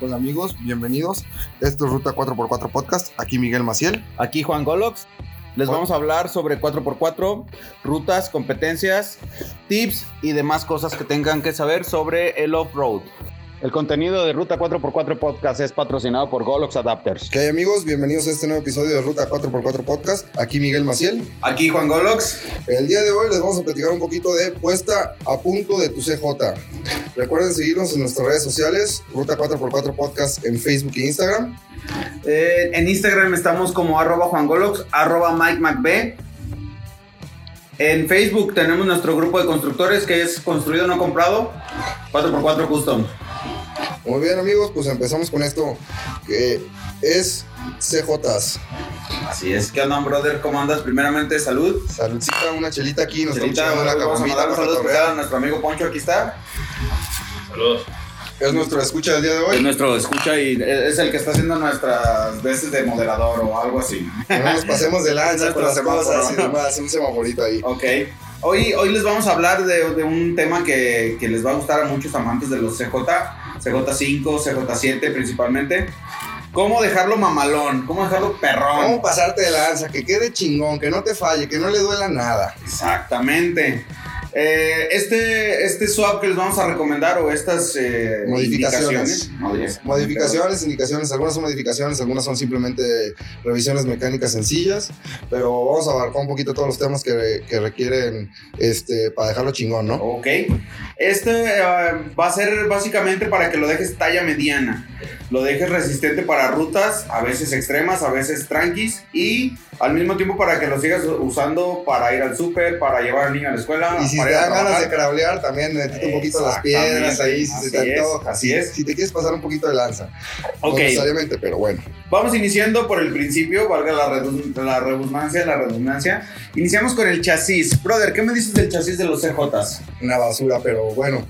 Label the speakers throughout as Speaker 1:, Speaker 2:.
Speaker 1: Pues amigos, bienvenidos. Esto es Ruta 4x4 Podcast. Aquí Miguel Maciel.
Speaker 2: Aquí Juan Golox. Les vamos a hablar sobre 4x4, rutas, competencias, tips y demás cosas que tengan que saber sobre el off-road. El contenido de Ruta 4x4 Podcast es patrocinado por Golox Adapters.
Speaker 1: ¿Qué hay amigos? Bienvenidos a este nuevo episodio de Ruta 4x4 Podcast. Aquí Miguel Maciel.
Speaker 2: Aquí Juan Golox.
Speaker 1: El día de hoy les vamos a platicar un poquito de puesta a punto de tu CJ. Recuerden seguirnos en nuestras redes sociales, Ruta 4x4 Podcast en Facebook e Instagram.
Speaker 2: Eh, en Instagram estamos como arroba juangolox, arroba Mike McBee. En Facebook tenemos nuestro grupo de constructores que es Construido No Comprado, 4x4 Custom.
Speaker 1: Muy bien amigos, pues empezamos con esto que es CJs.
Speaker 2: Así es, ¿qué onda, brother? ¿Cómo andas? Primeramente, salud.
Speaker 1: Saludcita, una chelita aquí, nos estamos
Speaker 2: Ahorita
Speaker 1: echando una
Speaker 2: vamos a
Speaker 1: camomita
Speaker 2: mandar un
Speaker 1: para
Speaker 2: saludo
Speaker 1: cotorrear.
Speaker 2: especial a nuestro amigo Poncho, aquí está.
Speaker 3: Saludos.
Speaker 1: Es nuestro escucha del día de
Speaker 2: Es
Speaker 1: hoy.
Speaker 2: nuestro escucha y es el que está haciendo nuestras veces de moderador o algo así.
Speaker 1: No nos pasemos de lanza con las
Speaker 2: Nuestro
Speaker 1: cosas y
Speaker 2: semáforo.
Speaker 1: demás. Un semaforito ahí.
Speaker 2: Ok. Hoy, hoy les vamos a hablar de, de un tema que, que les va a gustar a muchos amantes de los CJ, CJ5, CJ7 principalmente. ¿Cómo dejarlo mamalón? ¿Cómo dejarlo perrón?
Speaker 1: Vamos a pasarte de lanza, que quede chingón, que no te falle, que no le duela nada.
Speaker 2: Exactamente. Eh, este, este swap que les vamos a recomendar o estas eh,
Speaker 1: Modificaciones.
Speaker 2: indicaciones- modificaciones.
Speaker 1: Modificaciones, indicaciones, algunas son modificaciones, algunas son simplemente revisiones mecánicas sencillas, pero vamos a abarcar un poquito todos los temas que, que requieren este, para dejarlo chingón, ¿no?
Speaker 2: Ok. Este eh, va a ser básicamente para que lo dejes talla mediana. Lo dejes resistente para rutas, a veces extremas, a veces tranquis. Y al mismo tiempo para que lo sigas usando para ir al súper, para llevar al niño a la escuela.
Speaker 1: Y si
Speaker 2: Ah, para
Speaker 1: te
Speaker 2: ir a
Speaker 1: dan ganas de
Speaker 2: trabajar.
Speaker 1: crablear, también metete un poquito las piedras ahí, si se te
Speaker 2: Así es,
Speaker 1: antoja,
Speaker 2: así
Speaker 1: si-
Speaker 2: es.
Speaker 1: Si te quieres pasar un poquito de lanza. No
Speaker 2: Ok.
Speaker 1: necesariamente, pero bueno.
Speaker 2: Vamos iniciando por el principio, valga la, redun- la redundancia, la redundancia. Iniciamos con el chasis. Brother, ¿qué me dices del chasis de los CJs?
Speaker 1: Una basura, pero bueno.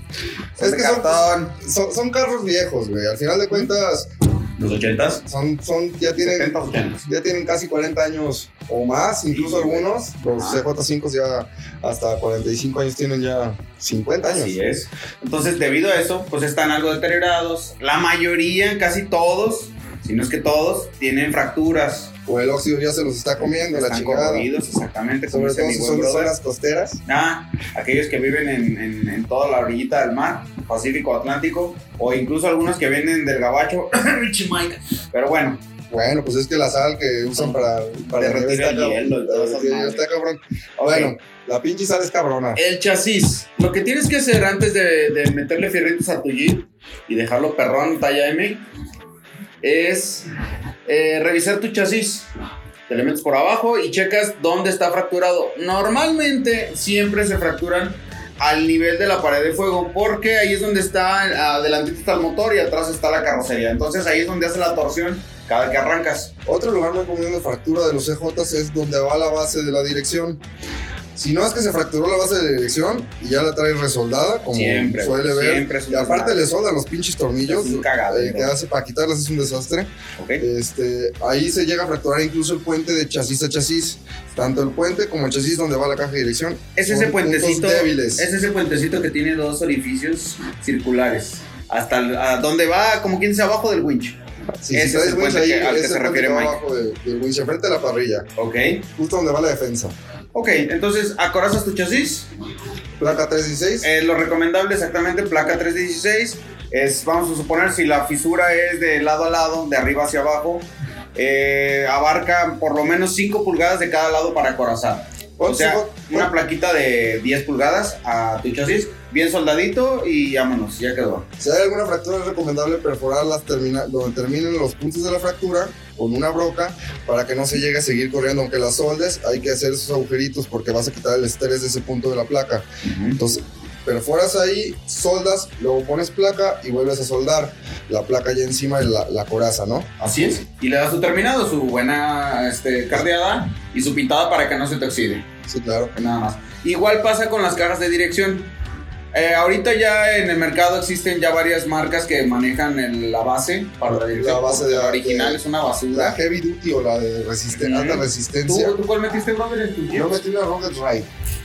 Speaker 1: Es
Speaker 2: de
Speaker 1: que son,
Speaker 2: cartón.
Speaker 1: son- son carros viejos, güey. Al final de cuentas,
Speaker 2: ¿Los 80s?
Speaker 1: son, son, ya tienen
Speaker 2: 70s, 80s.
Speaker 1: ya tienen casi 40 años o más, incluso
Speaker 2: Sí, güey.
Speaker 1: algunos. Los
Speaker 2: Ah.
Speaker 1: CJ5 ya hasta 45 años tienen ya 50 años.
Speaker 2: Así es. Entonces, debido a eso, pues están algo deteriorados. La mayoría, casi todos, si no es que todos, tienen fracturas.
Speaker 1: O el óxido ya se los está comiendo, la
Speaker 2: están
Speaker 1: chingada.
Speaker 2: corroídos, exactamente. como
Speaker 1: Sobre
Speaker 2: dice
Speaker 1: todo
Speaker 2: mi
Speaker 1: si
Speaker 2: buen
Speaker 1: son de
Speaker 2: brother.
Speaker 1: zonas costeras.
Speaker 2: Ah, aquellos que viven en, en- en toda la orillita del mar, Pacífico, Atlántico, o incluso algunos que vienen del Gabacho. Chimaica. Pero bueno,
Speaker 1: Bueno, pues es que la sal que usan para, para
Speaker 2: Derretir
Speaker 1: está
Speaker 2: el
Speaker 1: cabrón.
Speaker 2: hielo y todas esas
Speaker 1: Derretir el hielo
Speaker 2: madres.
Speaker 1: está cabrón.
Speaker 2: ok.
Speaker 1: Bueno, la pinche sal es cabrona.
Speaker 2: El chasis. Lo que tienes que hacer antes de, de meterle fierritos a tu jeep y dejarlo perrón, talla M, es eh, revisar tu chasis. Te le metes por abajo y checas dónde está fracturado. Normalmente siempre se fracturan al nivel de la pared de fuego porque ahí es donde está, adelantito está el motor y atrás está la carrocería. Entonces ahí es donde hace la torsión cada que arrancas.
Speaker 1: Otro lugar muy común de fractura de los CJs es donde va la base de la dirección. Si no es que se fracturó la base de la dirección y ya la traes resoldada, como
Speaker 2: Siempre, güey,
Speaker 1: suele ver.
Speaker 2: siempre es un
Speaker 1: y aparte
Speaker 2: desmadre.
Speaker 1: le soldan los pinches tornillos.
Speaker 2: Es un cagadero.
Speaker 1: eh, que hace para quitarlas es un desastre.
Speaker 2: ¿ok?
Speaker 1: Este, ahí se llega a fracturar incluso el puente de chasis a chasis. Tanto el puente como el chasis donde va la caja de dirección.
Speaker 2: Es
Speaker 1: Son
Speaker 2: ese
Speaker 1: puntos
Speaker 2: puentecito.
Speaker 1: débiles.
Speaker 2: Es ese puentecito que tiene dos orificios circulares. Hasta el- a donde va, como quien dice, abajo del winch.
Speaker 1: Sí,
Speaker 2: ese
Speaker 1: si traes
Speaker 2: es el
Speaker 1: winch
Speaker 2: puente
Speaker 1: ahí,
Speaker 2: que- al que
Speaker 1: ese
Speaker 2: se
Speaker 1: puente
Speaker 2: refiere
Speaker 1: va
Speaker 2: Mike.
Speaker 1: abajo de- del winch, enfrente de la parrilla,
Speaker 2: Ok.
Speaker 1: justo donde va la defensa.
Speaker 2: Ok, entonces acorazas tu chasis.
Speaker 1: Placa 316.
Speaker 2: Eh, lo recomendable exactamente, placa 316. Es, vamos a suponer si la fisura es de lado a lado, de arriba hacia abajo. eh, abarca por lo menos 5 pulgadas de cada lado para acorazar. O
Speaker 1: ¿Cuántos
Speaker 2: sea,
Speaker 1: CJ
Speaker 2: una plaquita de 10 pulgadas a tu chasis, bien soldadito y vámonos, ya quedó.
Speaker 1: Si hay alguna fractura, es recomendable perforar las termina- donde terminen los puntos de la fractura con una broca para que no se llegue a seguir corriendo. Aunque las soldes, hay que hacer esos agujeritos porque vas a quitar el estrés de ese punto de la placa. Entonces, perforas ahí, soldas, luego pones placa y vuelves a soldar la placa ya encima de la, la coraza, ¿no?
Speaker 2: Así es. Y le das su terminado, su buena este, cardeada y su pintada para que no se te oxide.
Speaker 1: Sí, claro.
Speaker 2: Nada más. Igual pasa con las cajas de dirección. Eh, ahorita ya en el mercado existen ya varias marcas que manejan el- la base para la dirección.
Speaker 1: La base
Speaker 2: porque
Speaker 1: de-
Speaker 2: la original
Speaker 1: de-
Speaker 2: es una
Speaker 1: La
Speaker 2: basura.
Speaker 1: heavy duty o la de resisten-
Speaker 2: Ujú.
Speaker 1: alta
Speaker 2: ¿Tú,
Speaker 1: resistencia.
Speaker 2: tú cuál metiste, brother, en tu
Speaker 1: Yo
Speaker 2: tiempo?
Speaker 1: metí una Rocket Ride.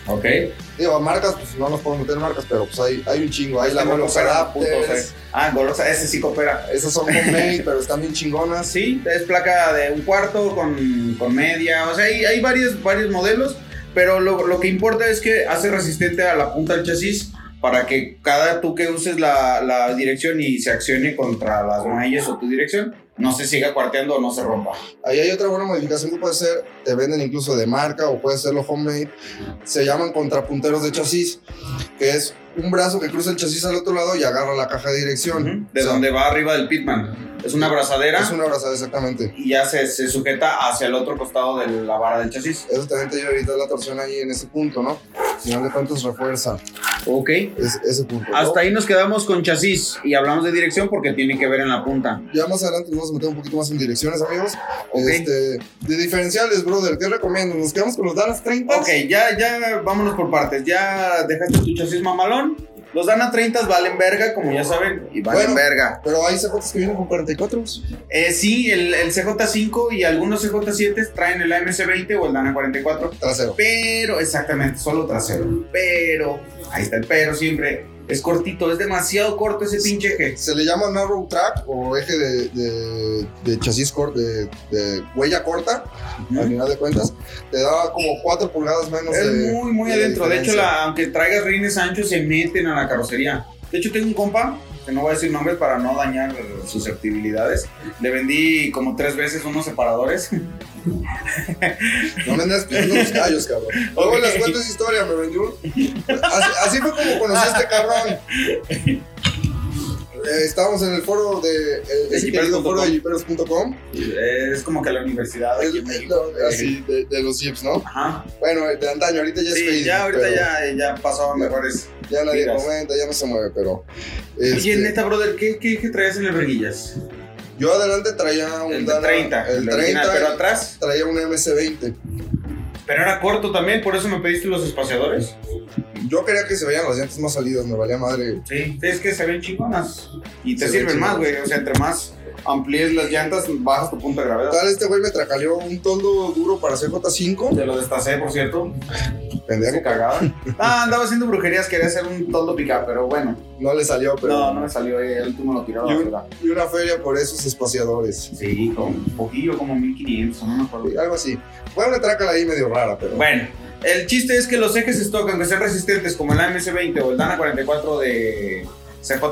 Speaker 2: Ok.
Speaker 1: Digo, marcas, pues no nos podemos meter marcas, pero pues hay, hay un chingo. Hay
Speaker 2: Pues
Speaker 1: la
Speaker 2: tengo los
Speaker 1: Golosa
Speaker 2: putos, eh. Ah, golosa, ese sí coopera.
Speaker 1: Esas son homemade, pero están bien chingonas.
Speaker 2: Ah, Sí, es placa de un cuarto con, con media. O sea, hay, hay varios, varios modelos, pero lo, lo que importa es que hace resistente a la punta del chasis para que cada tú que uses la, la dirección y se accione contra las muelles o tu dirección, no se siga cuarteando o no se rompa.
Speaker 1: Ahí hay otra buena modificación que puede ser, te venden incluso de marca o puede ser los homemade. Se llaman contrapunteros de chasis, que es un brazo que cruza el chasis al otro lado y agarra la caja de dirección.
Speaker 2: Ujú. De
Speaker 1: O sea,
Speaker 2: donde va arriba del pitman. Es una abrazadera
Speaker 1: Es una brazada, exactamente.
Speaker 2: y ya se, se sujeta hacia el otro costado de la vara del chasis.
Speaker 1: Eso también te ayuda a evitar la torsión ahí en ese punto, ¿no? Al final de cuentas refuerza
Speaker 2: Ok.
Speaker 1: es- ese punto. ¿no?
Speaker 2: Hasta ahí nos quedamos con chasis y hablamos de dirección porque tiene que ver en la punta.
Speaker 1: Ya más adelante nos vamos a meter un poquito más en direcciones, amigos.
Speaker 2: Ok.
Speaker 1: Este, de diferenciales, brother, ¿qué recomiendas? ¿Nos quedamos con los Dallas 30?
Speaker 2: Ok, ya, ya, vámonos por partes. Ya dejaste tu chasis mamalón. Los Dana 30 valen verga, como ya saben, y
Speaker 1: Bueno.
Speaker 2: valen verga.
Speaker 1: Pero hay CJs que vienen con 44.
Speaker 2: Eh, sí, el, el CJ5 y algunos CJ7 traen el AMC20 o el Dana 44.
Speaker 1: Trasero.
Speaker 2: Pero, exactamente, solo trasero. Pero, ahí está el pero siempre. Es cortito, es demasiado corto ese pinche eje.
Speaker 1: Se le llama narrow track o eje de, de- de chasis corto, de, de huella corta, al final de cuentas. Te da como 4 pulgadas menos.
Speaker 2: Es
Speaker 1: de-
Speaker 2: muy, muy
Speaker 1: de
Speaker 2: adentro. De hecho,
Speaker 1: diferencia.
Speaker 2: la- aunque traigas rines anchos, se meten a la carrocería. De hecho, tengo un compa, que no voy a decir nombres para no dañar susceptibilidades. Le vendí como tres veces unos separadores.
Speaker 1: No me andas pidiendo los callos, cabrón. Luego
Speaker 2: Ok.
Speaker 1: les cuento esa historia, me vendió un... Así, así fue como conocí a este cabrón. Eh, estábamos en el foro de... eh, ese
Speaker 2: jiperos
Speaker 1: querido
Speaker 2: punto
Speaker 1: foro de
Speaker 2: com.
Speaker 1: jiperos.com.
Speaker 2: Eh, Es como que la universidad aquí
Speaker 1: El-
Speaker 2: en México. eh,
Speaker 1: no, Así, de, de los chips, ¿no?
Speaker 2: Ajá.
Speaker 1: Bueno, de antaño, ahorita ya es
Speaker 2: Sí,
Speaker 1: Facebook,
Speaker 2: ya ahorita
Speaker 1: pero
Speaker 2: ya, ya pasó a mejores.
Speaker 1: Ya nadie
Speaker 2: Miras.
Speaker 1: comenta, ya no se mueve, pero...
Speaker 2: Oye,
Speaker 1: este,
Speaker 2: neta, brother, ¿qué, qué eje traías en el verguillas?
Speaker 1: yo adelante traía un
Speaker 2: El de
Speaker 1: Dana-
Speaker 2: 30.
Speaker 1: El
Speaker 2: original,
Speaker 1: 30,
Speaker 2: Pero atrás.
Speaker 1: traía un MC20.
Speaker 2: Pero era corto también, por eso me pediste los espaciadores.
Speaker 1: Yo quería que se vean las llantas más salidas, me valía madre
Speaker 2: Sí, es que se ven chingonas. Y te
Speaker 1: Se
Speaker 2: sirven
Speaker 1: ven
Speaker 2: más,
Speaker 1: chingonas.
Speaker 2: güey. O sea, entre más amplíes las llantas, bajas tu punto de gravedad.
Speaker 1: Tal, este güey me tracaleó un toldo duro para CJ5.
Speaker 2: Te lo destacé, por cierto.
Speaker 1: Pendejo,
Speaker 2: Qué cagada. Ah, andaba haciendo brujerías, quería hacer un toldo pica, pero bueno.
Speaker 1: no le salió, pero.
Speaker 2: No, no me salió, eh, el último lo tiró a la
Speaker 1: Y un-
Speaker 2: basura.
Speaker 1: Y una feria por esos espaciadores.
Speaker 2: Sí, como un poquillo, como 1500, no me acuerdo.
Speaker 1: Sí, Algo así. Fue una trácala ahí medio rara, pero.
Speaker 2: Bueno, el chiste es que los ejes stock, aunque sean resistentes como el AMS-20 o el Dana 44 de CJ,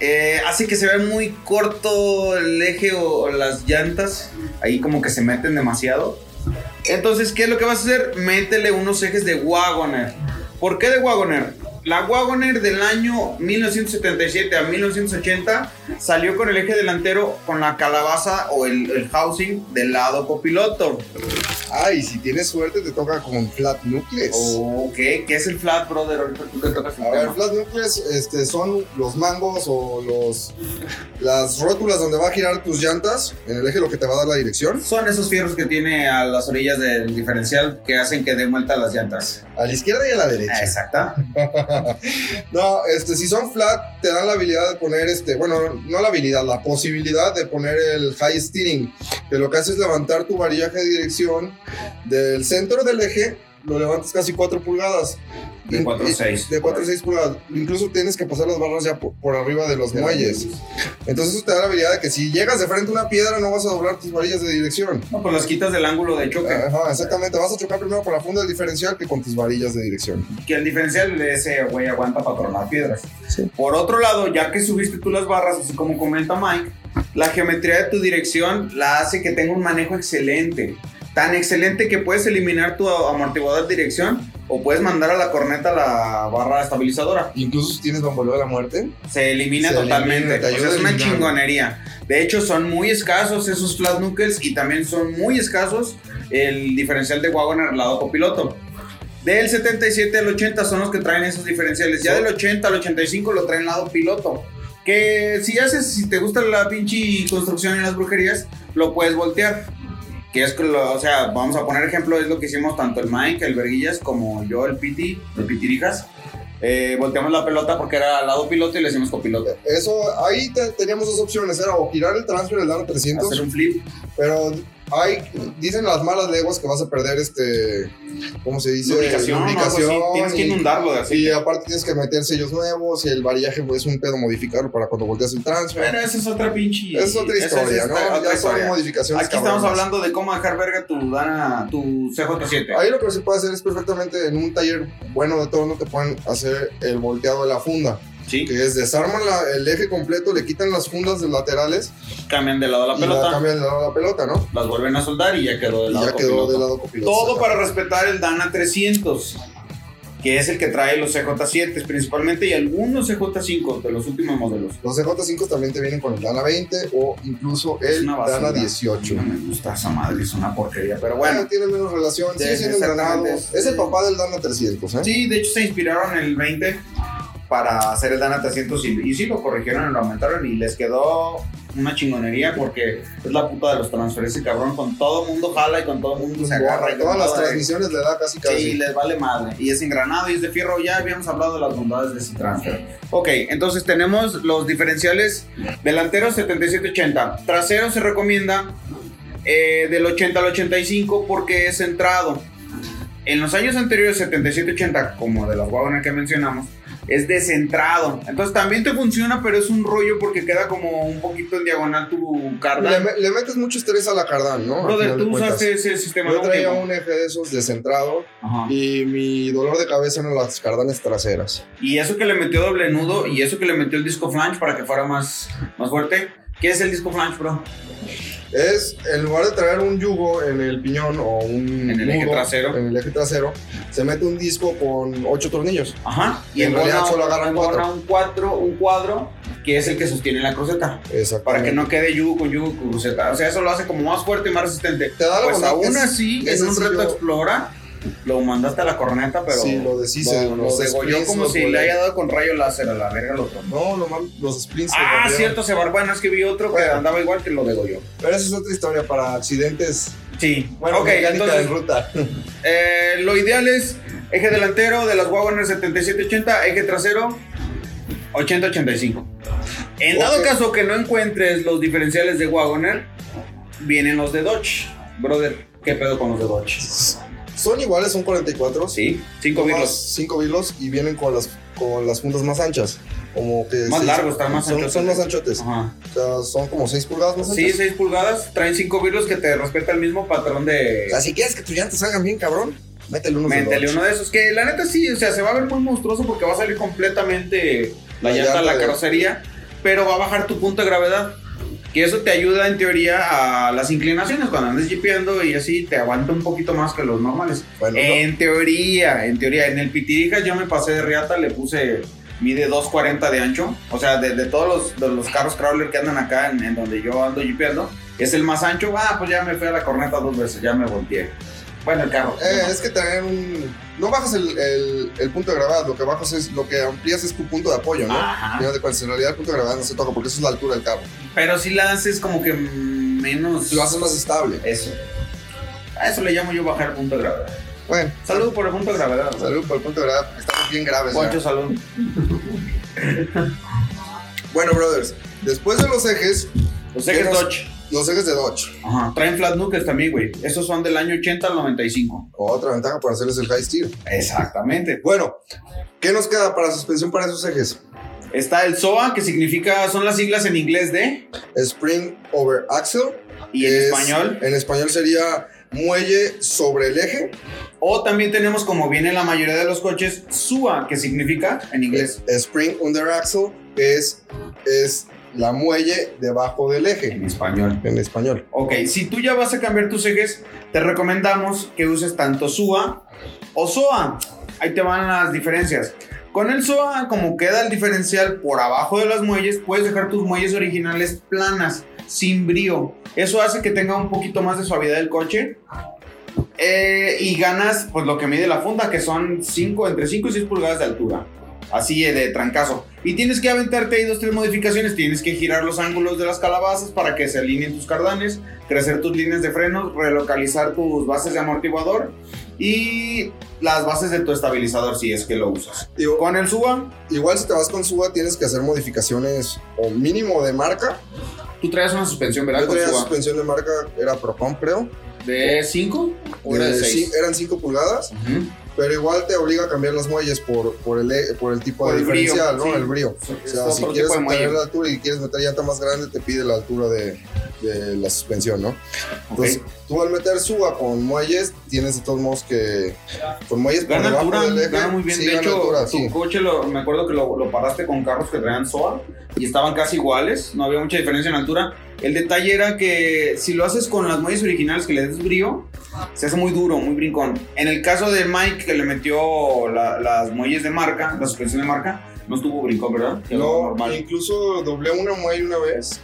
Speaker 2: eh, hace que se vea muy corto el eje o, o las llantas, ahí como que se meten demasiado. Entonces, ¿qué es lo que vas a hacer? Métele unos ejes de Wagoner. ¿Por qué de Wagoner? La Wagoner del año 1977 a 1980 salió con el eje delantero con la calabaza o el, el housing del lado copiloto.
Speaker 1: Ay, si tienes suerte, te toca con Flat Nucleus.
Speaker 2: Ok, ¿qué es el flat, brother? Ahorita tú que tocas el
Speaker 1: Pues, A ver,
Speaker 2: tema.
Speaker 1: Flat Nucleus este, son los mangos o los las rótulas donde va a girar tus llantas en el eje lo que te va a dar la dirección.
Speaker 2: Son esos fierros que tiene a las orillas del diferencial que hacen que den vuelta las llantas.
Speaker 1: A la izquierda y a la derecha.
Speaker 2: Ah, Exacta.
Speaker 1: no, este, si son flat, te dan la habilidad de poner este, bueno, no la habilidad, la posibilidad de poner el high steering, que lo que hace es levantar tu varillaje de dirección del centro del eje, lo levantas casi 4 pulgadas.
Speaker 2: De 4 a 6.
Speaker 1: De 4 a 6 pulgadas. Incluso tienes que pasar las barras ya por, por arriba de los muelles. Entonces eso te da la habilidad de que si llegas de frente a una piedra no vas a doblar tus varillas de dirección.
Speaker 2: No, pues las quitas del ángulo de choque.
Speaker 1: Ajá, exactamente. Vas a chocar primero con la funda del diferencial que con tus varillas de dirección.
Speaker 2: Que el diferencial de ese güey aguanta para tronar piedras.
Speaker 1: Sí.
Speaker 2: Por otro lado, ya que subiste tú las barras, así como comenta Mike, la geometría de tu dirección la hace que tenga un manejo excelente. Tan excelente que puedes eliminar tu amortiguador de dirección o puedes mandar a la corneta la barra estabilizadora.
Speaker 1: Incluso si tienes bamboleo de la muerte,
Speaker 2: Se elimina
Speaker 1: Se
Speaker 2: totalmente.
Speaker 1: elimina, te
Speaker 2: O sea,
Speaker 1: ayuda a
Speaker 2: es una
Speaker 1: eliminar.
Speaker 2: chingonería. De hecho, son muy escasos esos flat knuckles y también son muy escasos el diferencial de Wagoner al lado copiloto. Del 77 al 80 son los que traen esos diferenciales. Ya del 80 al 85 lo traen lado piloto. Que si haces, si te gusta la pinche construcción en las brujerías, lo puedes voltear. Que es, que lo- o sea, vamos a poner ejemplo, es lo que hicimos tanto el Mike, el Verguillas, como yo, el Piti, el Pitirijas. Eh, volteamos la pelota porque era al lado piloto y le hicimos copiloto.
Speaker 1: Eso, ahí te- teníamos dos opciones, era o girar el transfer del Dano
Speaker 2: Hacer
Speaker 1: 300,
Speaker 2: un flip.
Speaker 1: pero hay, dicen las malas leguas que vas a perder este, ¿cómo se dice?
Speaker 2: Lubricación, o algo así.
Speaker 1: Lubricación
Speaker 2: Tienes que
Speaker 1: y-
Speaker 2: inundarlo de
Speaker 1: y
Speaker 2: aceite.
Speaker 1: aparte tienes que meter sellos nuevos y el varillaje pues, es un pedo modificarlo para cuando volteas el transfer.
Speaker 2: Bueno, esa es otra pinche.
Speaker 1: Esa es otra
Speaker 2: esa
Speaker 1: historia,
Speaker 2: esta-
Speaker 1: ¿no? Ya
Speaker 2: otra
Speaker 1: son
Speaker 2: historia.
Speaker 1: modificaciones.
Speaker 2: Aquí estamos
Speaker 1: cabronas.
Speaker 2: hablando de cómo dejar verga tu, Dana- tu CJ7.
Speaker 1: Ahí lo que se puede hacer es perfectamente en un taller bueno de torno te pueden hacer el volteado de la funda,
Speaker 2: Sí,
Speaker 1: que es desarman la- el eje completo, le quitan las fundas de laterales
Speaker 2: cambian de lado la
Speaker 1: y la
Speaker 2: pelota,
Speaker 1: cambian de lado a la pelota, ¿no?
Speaker 2: las vuelven a soldar y ya quedó de
Speaker 1: Y
Speaker 2: lado.
Speaker 1: ya quedó
Speaker 2: copiloto.
Speaker 1: de lado copiloto.
Speaker 2: Todo para respetar el Dana 300, que es el que trae los CJ7 principalmente y algunos CJ5 de los últimos modelos.
Speaker 1: Los CJ5 también te vienen con el Dana 20 o incluso
Speaker 2: Es
Speaker 1: el
Speaker 2: una basura.
Speaker 1: Dana
Speaker 2: No
Speaker 1: 18.
Speaker 2: me gusta esa madre, es una porquería, pero
Speaker 1: Bueno,
Speaker 2: bueno.
Speaker 1: tiene menos relación, sigue
Speaker 2: Sí,
Speaker 1: siendo engranado.
Speaker 2: exactamente.
Speaker 1: Es el papá del Dana 300, ¿eh?
Speaker 2: Sí, de hecho se inspiraron en el 20 para hacer el Dana 300 y, y sí lo corrigieron, lo aumentaron y les quedó una chingonería porque es la puta de los transferes y cabrón, con todo mundo jala y con todo mundo se agarra. y con
Speaker 1: Todas las
Speaker 2: todo-
Speaker 1: transmisiones le da casi casi.
Speaker 2: Sí, les vale madre. Y es engranado y es de fierro. Ya habíamos hablado de las bondades de ese transfer. Ok, entonces tenemos los diferenciales delanteros 77-80. Trasero se recomienda eh, del 80 al 85 porque es centrado. En los años anteriores, 77-80, como de las Wagoner que mencionamos, es descentrado. Entonces también te funciona, pero es un rollo porque queda como un poquito en diagonal tu
Speaker 1: Le,
Speaker 2: carga.
Speaker 1: me- le metes mucho estrés a la cardán, ¿no? Al
Speaker 2: Brother,
Speaker 1: final de
Speaker 2: tú
Speaker 1: cuentas.
Speaker 2: usaste ese sistema.
Speaker 1: Yo
Speaker 2: ¿no?
Speaker 1: traía
Speaker 2: Tipo.
Speaker 1: un eje de esos descentrado
Speaker 2: Ajá.
Speaker 1: y mi dolor de cabeza eran las cardanes traseras.
Speaker 2: Y eso que le metió doble nudo y eso que le metió el disco flange para que fuera más, más fuerte. ¿Qué es el disco flange, bro?
Speaker 1: Es, en lugar de traer un yugo en el piñón o un
Speaker 2: En el eje
Speaker 1: nudo
Speaker 2: trasero.
Speaker 1: en el eje trasero, se mete un disco con ocho tornillos.
Speaker 2: Ajá. Y
Speaker 1: En realidad
Speaker 2: engorda-
Speaker 1: solo agarran
Speaker 2: engorda
Speaker 1: cuatro.
Speaker 2: un cuatro, un cuadro, que es el que sostiene la cruceta.
Speaker 1: Exactamente.
Speaker 2: Para que no quede yugo con yugo con cruceta. O sea, eso lo hace como más fuerte y más resistente.
Speaker 1: Te da la
Speaker 2: Pues
Speaker 1: bondad que
Speaker 2: aún
Speaker 1: es-
Speaker 2: así,
Speaker 1: es
Speaker 2: en un
Speaker 1: sencillo.
Speaker 2: reto explora, lo mandaste a la corneta, pero.
Speaker 1: Sí, lo deshice,
Speaker 2: Lo,
Speaker 1: los
Speaker 2: degolló
Speaker 1: splints,
Speaker 2: como
Speaker 1: los
Speaker 2: si le
Speaker 1: volé.
Speaker 2: haya dado con rayo láser a la verga lo otro.
Speaker 1: No, lo mal- los splints. que
Speaker 2: Ah,
Speaker 1: rompieron.
Speaker 2: cierto, se bar... Bueno, es que vi otro que
Speaker 1: Bueno.
Speaker 2: andaba igual que lo degolló.
Speaker 1: Pero esa es otra historia para accidentes.
Speaker 2: Sí.
Speaker 1: Bueno,
Speaker 2: ok,
Speaker 1: mecánica
Speaker 2: entonces.
Speaker 1: en ruta.
Speaker 2: Eh, lo ideal es eje delantero de las Wagoner 7780, eje trasero 8085. En dado
Speaker 1: Ok.
Speaker 2: caso que no encuentres los diferenciales de Wagoner, vienen los de Dodge. Brother, ¿qué pedo con los de Dodge?
Speaker 1: Son iguales, son 44.
Speaker 2: Sí, cinco
Speaker 1: Nomás
Speaker 2: virlos.
Speaker 1: Cinco vilos y vienen con las, con las fundas más anchas. Como que
Speaker 2: Más
Speaker 1: seis-
Speaker 2: largos, están más
Speaker 1: son,
Speaker 2: anchotes.
Speaker 1: son más anchotes.
Speaker 2: Ajá.
Speaker 1: O sea, son como 6 pulgadas más
Speaker 2: Sí,
Speaker 1: anchas.
Speaker 2: 6 pulgadas, traen cinco virlos que te respeta el mismo patrón de...
Speaker 1: O sea, si quieres que tus llantas salgan bien, cabrón, métele unos de
Speaker 2: Métele
Speaker 1: Dodge.
Speaker 2: uno de esos, que la neta sí, o sea, se va a ver muy monstruoso porque va a salir completamente la,
Speaker 1: La
Speaker 2: llanta,
Speaker 1: llanta
Speaker 2: la
Speaker 1: de-
Speaker 2: carrocería, pero va a bajar tu punto de gravedad. Que eso te ayuda en teoría a las inclinaciones cuando andes jipeando y así te aguanta un poquito más que los normales.
Speaker 1: Bueno,
Speaker 2: En teoría, en teoría, en el Pitirijas yo me pasé de riata, le puse, mide 2.40 de ancho, o sea, de, de todos los, de los carros crawler que andan acá en, en donde yo ando jipeando, es el más ancho, ah, pues ya me fui a la corneta dos veces, ya me volteé. Bueno, el carro.
Speaker 1: no, eh,
Speaker 2: ¿no?
Speaker 1: es que tener un... No bajas el, el- el punto de gravedad, lo que bajas es... Lo que amplías es tu punto de apoyo, ¿no?
Speaker 2: Ajá.
Speaker 1: Mira, de cual, en realidad el punto de gravedad no se toca porque eso es la altura del carro.
Speaker 2: Pero si la haces como que menos.
Speaker 1: Lo haces más estable.
Speaker 2: Eso. A eso le llamo yo bajar el punto de gravedad.
Speaker 1: Bueno,
Speaker 2: Salud por el punto de gravedad.
Speaker 1: salud por el punto de gravedad, porque estamos bien graves.
Speaker 2: Poncho,
Speaker 1: ¿no?
Speaker 2: salud.
Speaker 1: Bueno, brothers, después de los ejes,
Speaker 2: Los ejes
Speaker 1: ¿Qué nos-
Speaker 2: Dodge.
Speaker 1: los ejes de Dodge.
Speaker 2: Ajá. Traen flat nukes también, güey. Esos son del año 80 al 95.
Speaker 1: Otra ventaja para hacerles el high steer.
Speaker 2: Exactamente.
Speaker 1: Bueno, ¿qué nos queda para suspensión para esos ejes?
Speaker 2: Está el SOA, que significa. Son las siglas en inglés de.
Speaker 1: Spring over axle.
Speaker 2: Y en
Speaker 1: que es-
Speaker 2: español.
Speaker 1: En español sería muelle sobre el eje.
Speaker 2: O también tenemos, como viene la mayoría de los coches, SUA, que significa en inglés.
Speaker 1: Spring under axle que es, es la muelle debajo del eje.
Speaker 2: En español.
Speaker 1: En español.
Speaker 2: Ok, si tú ya vas a cambiar tus ejes, te recomendamos que uses tanto SUA o SOA. Ahí te van las diferencias. Con el SOA, como queda el diferencial por abajo de las muelles, puedes dejar tus muelles originales planas, sin brío. Eso hace que tenga un poquito más de suavidad el coche. Eh, y ganas pues lo que mide la funda, que son 5, entre 5 y 6 pulgadas de altura. Así eh, de trancazo. Y tienes que aventarte ahí dos, tres modificaciones. Tienes que girar los ángulos de las calabazas para que se alineen tus cardanes, crecer tus líneas de freno, relocalizar tus bases de amortiguador y las bases de tu estabilizador si es que lo usas.
Speaker 1: Digo,
Speaker 2: Con el SUBA,
Speaker 1: igual si te vas con suba tienes que hacer modificaciones o mínimo de marca
Speaker 2: Tú traías una suspensión, ¿verdad?
Speaker 1: Yo
Speaker 2: Con
Speaker 1: tenía
Speaker 2: su-
Speaker 1: suspensión de marca, era Propon, creo.
Speaker 2: ¿De 5 o era de
Speaker 1: Eh,
Speaker 2: 6?
Speaker 1: sí, eran 5 pulgadas,
Speaker 2: Ujú.
Speaker 1: pero igual te obliga a cambiar las muelles por, por, el, e- por el tipo
Speaker 2: Por
Speaker 1: de
Speaker 2: el brío,
Speaker 1: diferencial, ¿no?
Speaker 2: sí.
Speaker 1: El brío. O
Speaker 2: Es
Speaker 1: sea, si
Speaker 2: otro
Speaker 1: quieres
Speaker 2: tipo de
Speaker 1: tener
Speaker 2: muelle.
Speaker 1: la altura y quieres meter llanta más grande, te pide la altura de, de la suspensión, ¿no? Entonces,
Speaker 2: Ok.
Speaker 1: tú al meter suba con muelles, tienes de todos modos que. Con muelles por
Speaker 2: Gana
Speaker 1: debajo
Speaker 2: altura,
Speaker 1: del eje.
Speaker 2: gana muy bien.
Speaker 1: sí,
Speaker 2: de
Speaker 1: gana
Speaker 2: hecho,
Speaker 1: altura,
Speaker 2: tu
Speaker 1: sí.
Speaker 2: coche lo, me acuerdo que lo, lo paraste con carros que traían SOA y estaban casi iguales, no había mucha diferencia en altura. El detalle era que si lo haces con las muelles originales que le des brío, se hace muy duro, muy brincón. En el caso de Mike, que le metió la- las muelles de marca, la suspensión de marca, no estuvo brincón, ¿verdad? Quedó
Speaker 1: No,
Speaker 2: normal.
Speaker 1: incluso doblé una muelle una vez.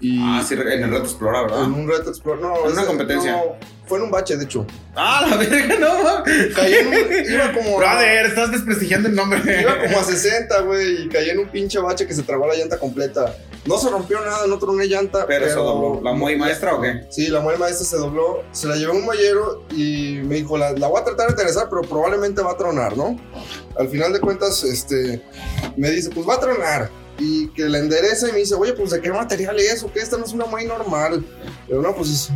Speaker 1: Y
Speaker 2: Ah, sí, en el reto explora, ¿verdad?
Speaker 1: en un reto explorar. No,
Speaker 2: En una
Speaker 1: ese-
Speaker 2: competencia.
Speaker 1: no, fue en un bache, de hecho.
Speaker 2: Ah, la verga, no. mames.
Speaker 1: Caí en un- iba como.
Speaker 2: Brother, estás desprestigiando el nombre.
Speaker 1: Iba como a 60, güey, y caí en un pinche bache que se trabó la llanta completa. No se rompió nada, no troné llanta.
Speaker 2: Pero eso dobló. ¿La muelle maestra o qué?
Speaker 1: Sí, la muela maestra se dobló, se la llevó un mallero y me dijo, la, la voy a tratar de aterrizar, pero probablemente va a tronar, ¿no? Al final de cuentas, este, me dice, pues va a tronar. Y que la endereza y me dice, oye, pues ¿de qué material es? ¿O qué? Esta no es una muelle normal. Pero no, pues es-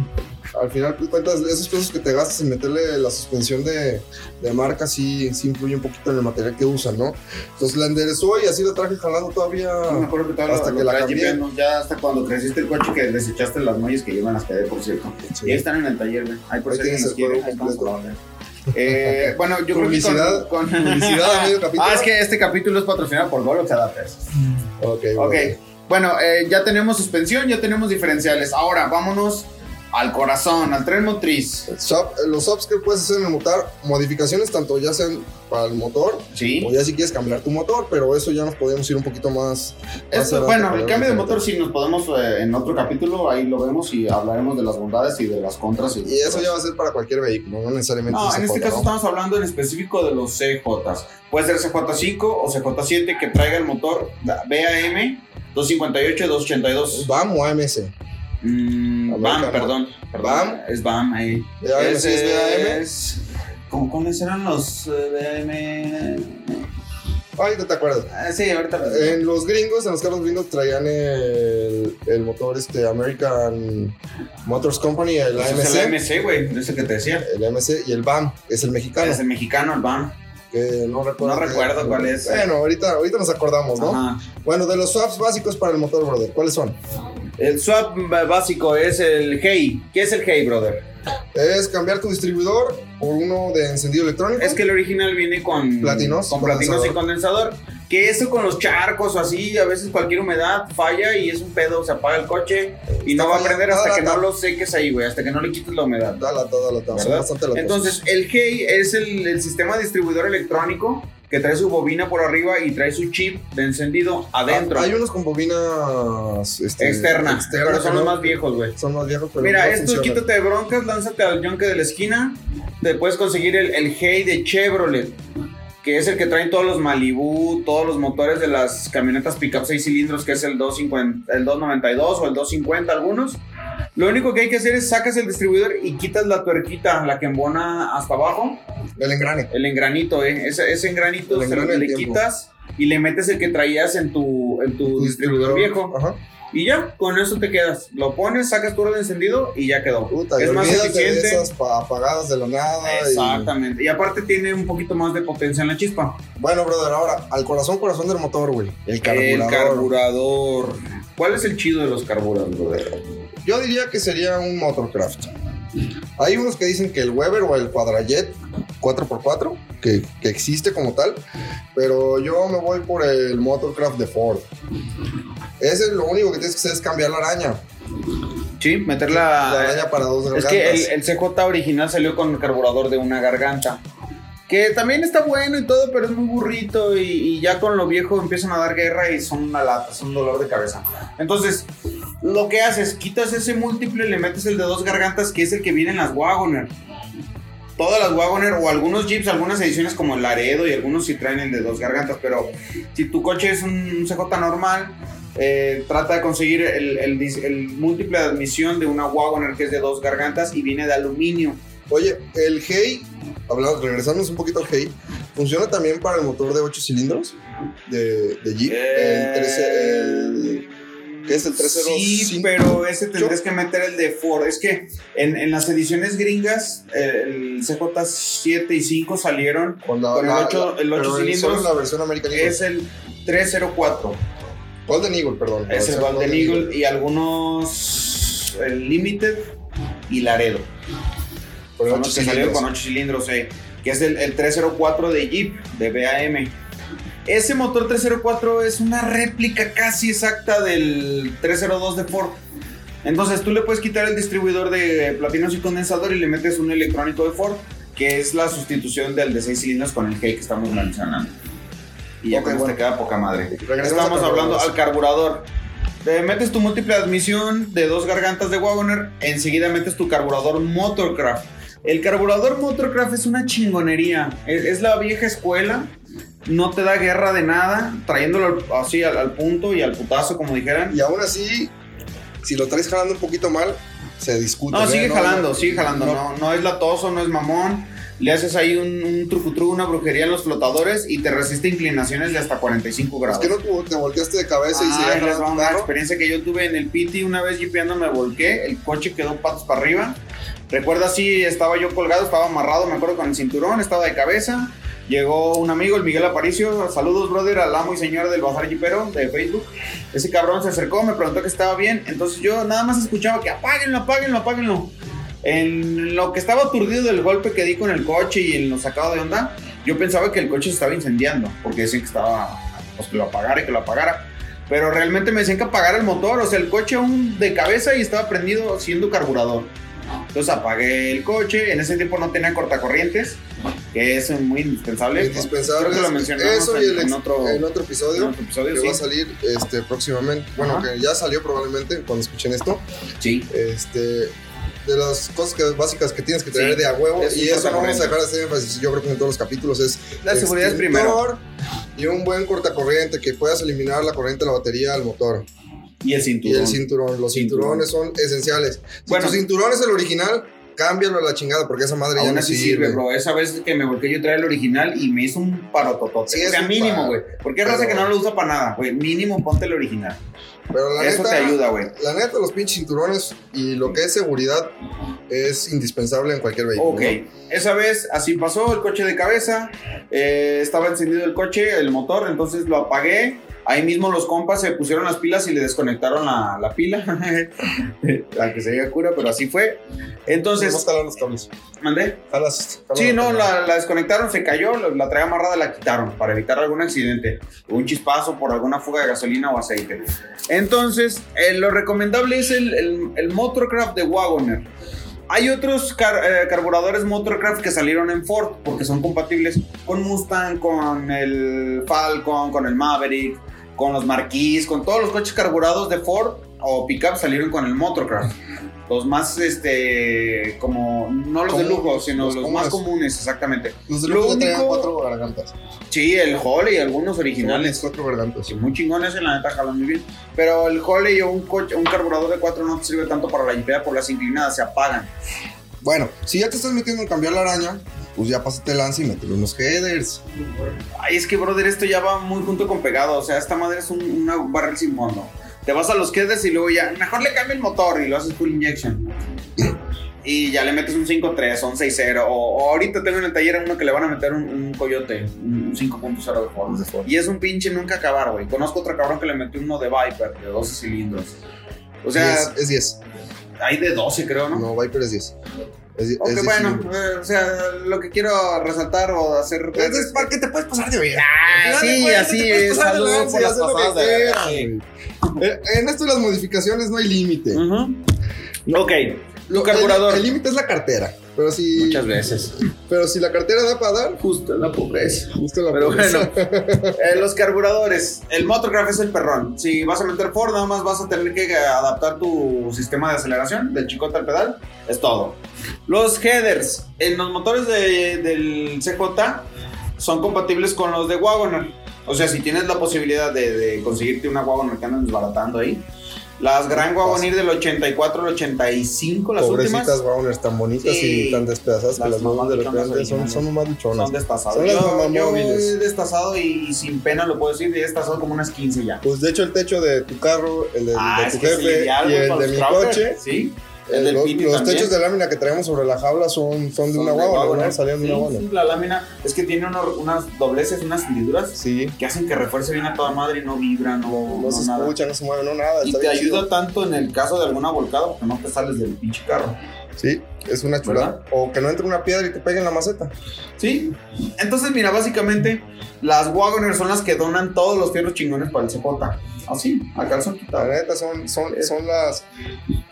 Speaker 1: al final de cuentas, esos pesos que te gastas en meterle la suspensión de, de marca sí, sí influye un poquito en el material que usan, ¿no? Entonces la enderezó y así la traje jalando todavía.
Speaker 2: No me acuerdo que tal,
Speaker 1: Ah, Hasta
Speaker 2: lo
Speaker 1: que la
Speaker 2: traes
Speaker 1: cambié.
Speaker 2: jipeando, Ya hasta cuando creciste el coche que desechaste las muelles que yo me las quedé, por cierto. Y ahí están en el taller, güey. Ahí por
Speaker 1: Ahí
Speaker 2: si alguien
Speaker 1: tienes
Speaker 2: las
Speaker 1: el
Speaker 2: quiere,
Speaker 1: juego
Speaker 2: ahí estamos
Speaker 1: completo.
Speaker 2: a la orden. Eh, bueno, yo creo que
Speaker 1: Publicidad,
Speaker 2: con, con-
Speaker 1: publicidad a medio capítulo.
Speaker 2: Ah, es que este capítulo es patrocinado por Golox Adapters.
Speaker 1: Ok,
Speaker 2: Ok,
Speaker 1: bueno.
Speaker 2: bueno, eh, ya tenemos suspensión, ya tenemos diferenciales. Ahora vámonos al corazón, al tren motriz.
Speaker 1: Shop- los subs que puedes hacer en el motor, modificaciones tanto ya sean para el motor
Speaker 2: Sí.
Speaker 1: o ya si quieres cambiar tu motor, pero eso ya nos podemos ir un poquito más. más
Speaker 2: Esto,
Speaker 1: adelante
Speaker 2: bueno,
Speaker 1: para
Speaker 2: el
Speaker 1: ver
Speaker 2: cambio de
Speaker 1: diferente.
Speaker 2: motor sí nos podemos eh, en otro capítulo, ahí lo vemos y hablaremos de las bondades y de las contras. Y,
Speaker 1: Y eso ya va a ser para cualquier vehículo, no necesariamente.
Speaker 2: No,
Speaker 1: se
Speaker 2: en este
Speaker 1: aporta,
Speaker 2: caso
Speaker 1: ¿no?
Speaker 2: estamos hablando en específico de los CJs. Puede ser CJ5 o CJ7 que traiga el motor BAM 258-282.
Speaker 1: BAM o AMS.
Speaker 2: Mm, BAM,
Speaker 1: Americano.
Speaker 2: perdón. perdón,
Speaker 1: BAM.
Speaker 2: Es BAM ahí.
Speaker 1: Eh, AMS es BAM.
Speaker 2: es- ¿Cómo, ¿Cómo eran los eh, BAM?
Speaker 1: Ay, no te acuerdas.
Speaker 2: Ah, sí, ahorita. lo digo.
Speaker 1: En los gringos, en los carros gringos traían el, el motor este American Motors Company, el
Speaker 2: Pues es el
Speaker 1: AMC,
Speaker 2: AMC, güey. Es el que te decía.
Speaker 1: el AMC y el BAM, es el mexicano,
Speaker 2: Es el mexicano, el BAM.
Speaker 1: que no recuerdo.
Speaker 2: No
Speaker 1: qué-
Speaker 2: recuerdo cuál es.
Speaker 1: Bueno, ahorita, ahorita nos acordamos, ¿no?
Speaker 2: Ajá.
Speaker 1: Bueno, de los swaps básicos para el motor, brother, ¿cuáles son?
Speaker 2: El swap básico es el Hey. ¿Qué es el Hey, brother?
Speaker 1: Es cambiar tu distribuidor por uno de encendido electrónico.
Speaker 2: Es que el original viene con
Speaker 1: Platinos,
Speaker 2: con platinos y condensador. Que eso con los charcos o así, a veces cualquier humedad falla y es un pedo, se apaga el coche y
Speaker 1: Está
Speaker 2: no va a
Speaker 1: fallando
Speaker 2: prender hasta
Speaker 1: cada
Speaker 2: que no
Speaker 1: lata.
Speaker 2: lo seques ahí, güey, hasta que no le quites la humedad.
Speaker 1: Da lata, da lata, son
Speaker 2: ¿Verdad?
Speaker 1: bastante latosos.
Speaker 2: Entonces, el GEI es el, el sistema distribuidor electrónico que trae su bobina por arriba y trae su chip de encendido adentro,
Speaker 1: Ah, Hay unos con bobinas este,
Speaker 2: externa, pero
Speaker 1: que
Speaker 2: son
Speaker 1: no-
Speaker 2: los más viejos, güey.
Speaker 1: Son más viejos, pero.
Speaker 2: Mira,
Speaker 1: no
Speaker 2: esto
Speaker 1: funcionan.
Speaker 2: quítate de broncas, lánzate al yonque de la esquina. Te puedes conseguir el, el Hey de Chevrolet, que es el que traen todos los Malibu, todos los motores de las camionetas pickup 6 cilindros, que es el, 250, el 292 o el 250 algunos. Lo único que hay que hacer es sacas el distribuidor y quitas la tuerquita, la que embona hasta abajo,
Speaker 1: El engrane.
Speaker 2: el engranito, ¿eh? Ese, ese engranito
Speaker 1: El
Speaker 2: se lo-
Speaker 1: engrane del
Speaker 2: le
Speaker 1: tiempo.
Speaker 2: quitas y le metes el que traías en tu, en tu distribuidor viejo.
Speaker 1: Ajá.
Speaker 2: Y ya, con eso te quedas. Lo pones, sacas tu orden de encendido y ya quedó.
Speaker 1: Puta,
Speaker 2: es
Speaker 1: y
Speaker 2: más
Speaker 1: olvídate de
Speaker 2: eficiente.
Speaker 1: esas pa- apagadas de la nada. y-
Speaker 2: Exactamente. Y aparte tiene un poquito más de potencia en la chispa.
Speaker 1: Bueno, brother, ahora, al corazón, corazón del motor, güey. El
Speaker 2: El carburador. ¿Cuál es el chido de los carburadores? brother?
Speaker 1: Yo diría que sería un Motorcraft. Hay unos que dicen que el Weber o el Quadrajet 4x4, que, que existe como tal, pero yo me voy por el Motorcraft de Ford. Ese es lo único que tienes que hacer es cambiar la araña.
Speaker 2: Sí, meter
Speaker 1: la
Speaker 2: la...
Speaker 1: araña para dos
Speaker 2: Ah, es
Speaker 1: gargantas.
Speaker 2: que el, el CJ original salió con el carburador de una garganta. Que también está bueno y todo, pero es muy burrito y, y ya con lo viejo empiezan a dar guerra y son una lata, son un dolor de cabeza. Entonces, lo que haces, quitas ese múltiple y le metes el de dos gargantas, que es el que viene en las Wagoner. Todas las Wagoner o algunos Jeeps, algunas ediciones como el Laredo y algunos sí traen el de dos gargantas, pero si tu coche es un CJ normal, eh, trata de conseguir el, el dis- el múltiple de admisión de una Wagoner que es de dos gargantas y viene de aluminio.
Speaker 1: Oye, el Hey, hablando, regresándonos un poquito al Hey, funciona también para
Speaker 2: Eh,
Speaker 1: el motor de 8 cilindros de, de Jeep. El 13, el- que es el 305.
Speaker 2: Sí, pero ese tendrías que meter el de Ford. Es que en, en las ediciones gringas, eh, el, el CJ7 y 5 salieron.
Speaker 1: Con la,
Speaker 2: Con el
Speaker 1: la-
Speaker 2: ocho- el ocho
Speaker 1: pero
Speaker 2: cilindros.
Speaker 1: solo la versión American Eagle.
Speaker 2: Es el 304.
Speaker 1: Golden Eagle, perdón. la
Speaker 2: Es el
Speaker 1: versión
Speaker 2: Golden Eagle y algunos el Limited y Laredo.
Speaker 1: Con
Speaker 2: Son
Speaker 1: ocho
Speaker 2: los que salieron
Speaker 1: cilindros.
Speaker 2: con 8 cilindros, eh, que es el, el 304 de Jeep, de BAM. Ese motor 304 es una réplica casi exacta del 302 de Ford. Entonces tú le puedes quitar el distribuidor de platinos y condensador y le metes un electrónico de Ford, que es la sustitución del de 6 cilindros con el G que estamos mencionando. Y ya
Speaker 1: Ok,
Speaker 2: con este
Speaker 1: bueno.
Speaker 2: queda poca madre.
Speaker 1: Regresamos
Speaker 2: Estamos
Speaker 1: a
Speaker 2: hablando
Speaker 1: carburadores.
Speaker 2: al carburador. Te metes tu múltiple de admisión de dos gargantas de Wagoner, enseguida metes tu carburador Motorcraft. El carburador Motorcraft es una chingonería, es, es la vieja escuela, no te da guerra de nada, trayéndolo al- así al, al punto y al putazo, como dijeran.
Speaker 1: Y aún así, si lo traes jalando un poquito mal, se discute.
Speaker 2: No,
Speaker 1: ¿eh?
Speaker 2: sigue jalando, sigue jalando, no, no es latoso, no es mamón. Le haces ahí un, un trucutru, una brujería a los flotadores y te resiste inclinaciones de hasta 45
Speaker 1: Es
Speaker 2: grados.
Speaker 1: que no te- te volteaste de cabeza y
Speaker 2: Ah,
Speaker 1: se
Speaker 2: ahí les va
Speaker 1: jalando un
Speaker 2: una
Speaker 1: carro.
Speaker 2: experiencia que yo tuve en el Piti, una vez jipeando me volqué, el coche quedó patas para arriba. Recuerda, sí, estaba yo colgado, estaba amarrado, me acuerdo, con el cinturón, estaba de cabeza. Llegó un amigo, el Miguel Aparicio, saludos, brother, al amo y señora del Bazar Jipero de Facebook. Ese cabrón se acercó, me preguntó que estaba bien, entonces yo nada más escuchaba que apáguenlo, apáguenlo, apáguenlo. En lo que estaba aturdido del golpe que di con el coche y en lo sacado de onda, yo pensaba que el coche se estaba incendiando, porque decían que estaba, pues que lo apagara y que lo apagara. Pero realmente me decían que apagara el motor, o sea, el coche aún de cabeza y estaba prendido siendo carburador. Entonces apagué el coche, en ese tiempo no tenía cortacorrientes, que es muy indispensable.
Speaker 1: Indispensable.
Speaker 2: Creo que lo mencionamos
Speaker 1: Eso y
Speaker 2: en,
Speaker 1: el
Speaker 2: en
Speaker 1: ex-
Speaker 2: otro,
Speaker 1: en otro
Speaker 2: en
Speaker 1: episodio.
Speaker 2: otro episodio,
Speaker 1: que
Speaker 2: sí.
Speaker 1: va a salir este, próximamente, bueno,
Speaker 2: Ajá.
Speaker 1: que ya salió probablemente cuando escuchen esto,
Speaker 2: Sí.
Speaker 1: este, de las cosas que- básicas que tienes que tener
Speaker 2: Sí.
Speaker 1: de a huevo,
Speaker 2: Es
Speaker 1: y
Speaker 2: un
Speaker 1: eso no vamos
Speaker 2: cortacorriente.
Speaker 1: a dejar de hacer énfasis, yo creo que en todos los capítulos es
Speaker 2: La seguridad es primero.
Speaker 1: extintor Y un buen cortacorriente que puedas eliminar la corriente de la batería al motor.
Speaker 2: Y el
Speaker 1: Y
Speaker 2: cinturón.
Speaker 1: el cinturón. Los
Speaker 2: Cinturón.
Speaker 1: cinturones son esenciales. Si
Speaker 2: Bueno.
Speaker 1: tu cinturón es el original, cámbialo a la chingada porque esa madre ya
Speaker 2: Aún
Speaker 1: no
Speaker 2: así sirve,
Speaker 1: sirve.
Speaker 2: bro. Esa vez que me volqué yo traía el original y me hizo un parototote.
Speaker 1: Sí,
Speaker 2: o sea,
Speaker 1: es un
Speaker 2: mínimo,
Speaker 1: paro.
Speaker 2: güey. Porque hay raza
Speaker 1: Pero-
Speaker 2: que no lo usa para nada, güey. Mínimo ponte el original.
Speaker 1: Pero la
Speaker 2: Eso
Speaker 1: neta,
Speaker 2: te ayuda, güey.
Speaker 1: La neta, los pinches cinturones y lo que es seguridad es indispensable en cualquier vehículo.
Speaker 2: Ok, esa vez así pasó, el coche de cabeza, eh, estaba encendido el coche, el motor, entonces lo apagué. Ahí mismo los compas se pusieron las pilas y le desconectaron la, la pila. la que se diga cura, pero así fue. Entonces,
Speaker 1: jalar los cables.
Speaker 2: mandé.
Speaker 1: Jalas, jalas
Speaker 2: Sí,
Speaker 1: los
Speaker 2: no,
Speaker 1: cables.
Speaker 2: la, la desconectaron, se cayó, la, la traía amarrada, la quitaron para evitar algún accidente, un chispazo por alguna fuga de gasolina o aceite. Entonces, eh, lo recomendable es el, el- el Motorcraft de Wagoner. Hay otros car- eh, carburadores Motorcraft que salieron en Ford porque son compatibles con Mustang, con el Falcon, con el Maverick, con los Marquis, con todos los coches carburados de Ford o pickup salieron con el Motorcraft. Los más, este, como, no los de
Speaker 1: Común,
Speaker 2: lujo, sino
Speaker 1: los
Speaker 2: los, más
Speaker 1: comunes.
Speaker 2: comunes, exactamente.
Speaker 1: Los de
Speaker 2: lo
Speaker 1: lujo ya traían
Speaker 2: único-
Speaker 1: cuatro gargantas.
Speaker 2: Sí, el Holly y algunos
Speaker 1: Finales.
Speaker 2: originales.
Speaker 1: Cuatro gargantas.
Speaker 2: Sí, muy chingones en la neta jalan muy bien. Pero el Holly o un, coche, un carburador de 4 no te sirve tanto para la lluvia por las inclinadas, se apagan.
Speaker 1: Bueno, si ya te estás metiendo en cambiar la araña, pues ya pásate el lance y métele unos headers.
Speaker 2: Ay, es que, brother, esto ya va muy junto con pegado. O sea, esta madre es un, una barrel sin fondo. Te vas a los quedes y luego ya, mejor le cambia el motor y lo haces full injection. Y ya le metes un 5.3 o un 6.0. O, o ahorita tengo en el taller a uno que le van a meter un, un coyote, un 5.0 de Ford. Y es un pinche nunca acabar, güey. Conozco otro cabrón que le metió uno de Viper de 12 cilindros. O sea,
Speaker 1: es 10.
Speaker 2: hay de 12, creo, ¿no?
Speaker 1: No, Viper es 10. Es, di-
Speaker 2: Ok,
Speaker 1: es
Speaker 2: bueno,
Speaker 1: 10.
Speaker 2: eh, o sea, lo que quiero resaltar o hacer.
Speaker 1: Entonces, ¿para qué te puedes pasar de vida?
Speaker 2: Ah,
Speaker 1: Al final de
Speaker 2: sí,
Speaker 1: cuentas, pues, te puedes
Speaker 2: así es.
Speaker 1: pasar de lanza
Speaker 2: Saludos por
Speaker 1: y
Speaker 2: las
Speaker 1: hacer lo que
Speaker 2: pasadas de verga,
Speaker 1: quieras,
Speaker 2: sí.
Speaker 1: Eh, En esto de las modificaciones no hay límite.
Speaker 2: Ok,
Speaker 1: Lo-
Speaker 2: tu carburador.
Speaker 1: el- El límite es la cartera. Pero si,
Speaker 2: Muchas veces.
Speaker 1: pero si la cartera da para dar,
Speaker 2: Justo la pobreza.
Speaker 1: justo la
Speaker 2: Pero
Speaker 1: pobreza.
Speaker 2: bueno, eh, los carburadores. El Motorcraft es el perrón. Si vas a meter Ford, nada más vas a tener que adaptar tu sistema de aceleración del chicote al pedal. Es todo. Los headers en los motores de- del CJ son compatibles con los de Wagoner. O sea, si tienes la posibilidad de, de conseguirte una Wagoner que andan desbaratando ahí, Las Gran Guagonir
Speaker 1: Pasa.
Speaker 2: del 84 al 85, las
Speaker 1: Pobrecitas
Speaker 2: últimas.
Speaker 1: Browners tan bonitas
Speaker 2: Sí.
Speaker 1: y tan despedazadas que
Speaker 2: Las
Speaker 1: las mamás de los
Speaker 2: mamaluchonas
Speaker 1: grandes son,
Speaker 2: originales.
Speaker 1: son mamás luchonas.
Speaker 2: Son destazados.
Speaker 1: Son las
Speaker 2: yo,
Speaker 1: mamás
Speaker 2: yo he
Speaker 1: móviles.
Speaker 2: destazado y, y sin pena lo puedo decir, he destazado como unas 15 ya.
Speaker 1: Pues de hecho el techo de tu carro, el de, de
Speaker 2: Ah, es
Speaker 1: tu
Speaker 2: que sí,
Speaker 1: jefe
Speaker 2: ya algo
Speaker 1: y el
Speaker 2: para
Speaker 1: de
Speaker 2: los
Speaker 1: mi
Speaker 2: Trapper,
Speaker 1: coche,
Speaker 2: Sí.
Speaker 1: eh,
Speaker 2: El del
Speaker 1: los,
Speaker 2: Piti
Speaker 1: los
Speaker 2: también.
Speaker 1: techos de lámina que traemos sobre la jaula son, son de
Speaker 2: Son
Speaker 1: una guagua, ¿no?
Speaker 2: guagua,
Speaker 1: Salieron de
Speaker 2: sí,
Speaker 1: una guagua.
Speaker 2: sí, la lámina es que tiene unos- unas dobleces, unas hendiduras
Speaker 1: Sí,
Speaker 2: que hacen que refuerce bien a toda madre y no vibra, no,
Speaker 1: no,
Speaker 2: no
Speaker 1: se
Speaker 2: nada.
Speaker 1: escucha, no se mueve, no nada.
Speaker 2: Y
Speaker 1: está
Speaker 2: te
Speaker 1: bien chido.
Speaker 2: ayuda tanto en el caso de alguna volcada porque no te sales del pinche carro.
Speaker 1: Sí, es una chulada. O que no entre una piedra y te pegue en la maceta.
Speaker 2: ¿Sí? Entonces, mira, básicamente, las Wagoners son las que donan todos los fierros chingones para el CJ. Así, a calzón
Speaker 1: La
Speaker 2: quitado.
Speaker 1: neta, son, son, son las,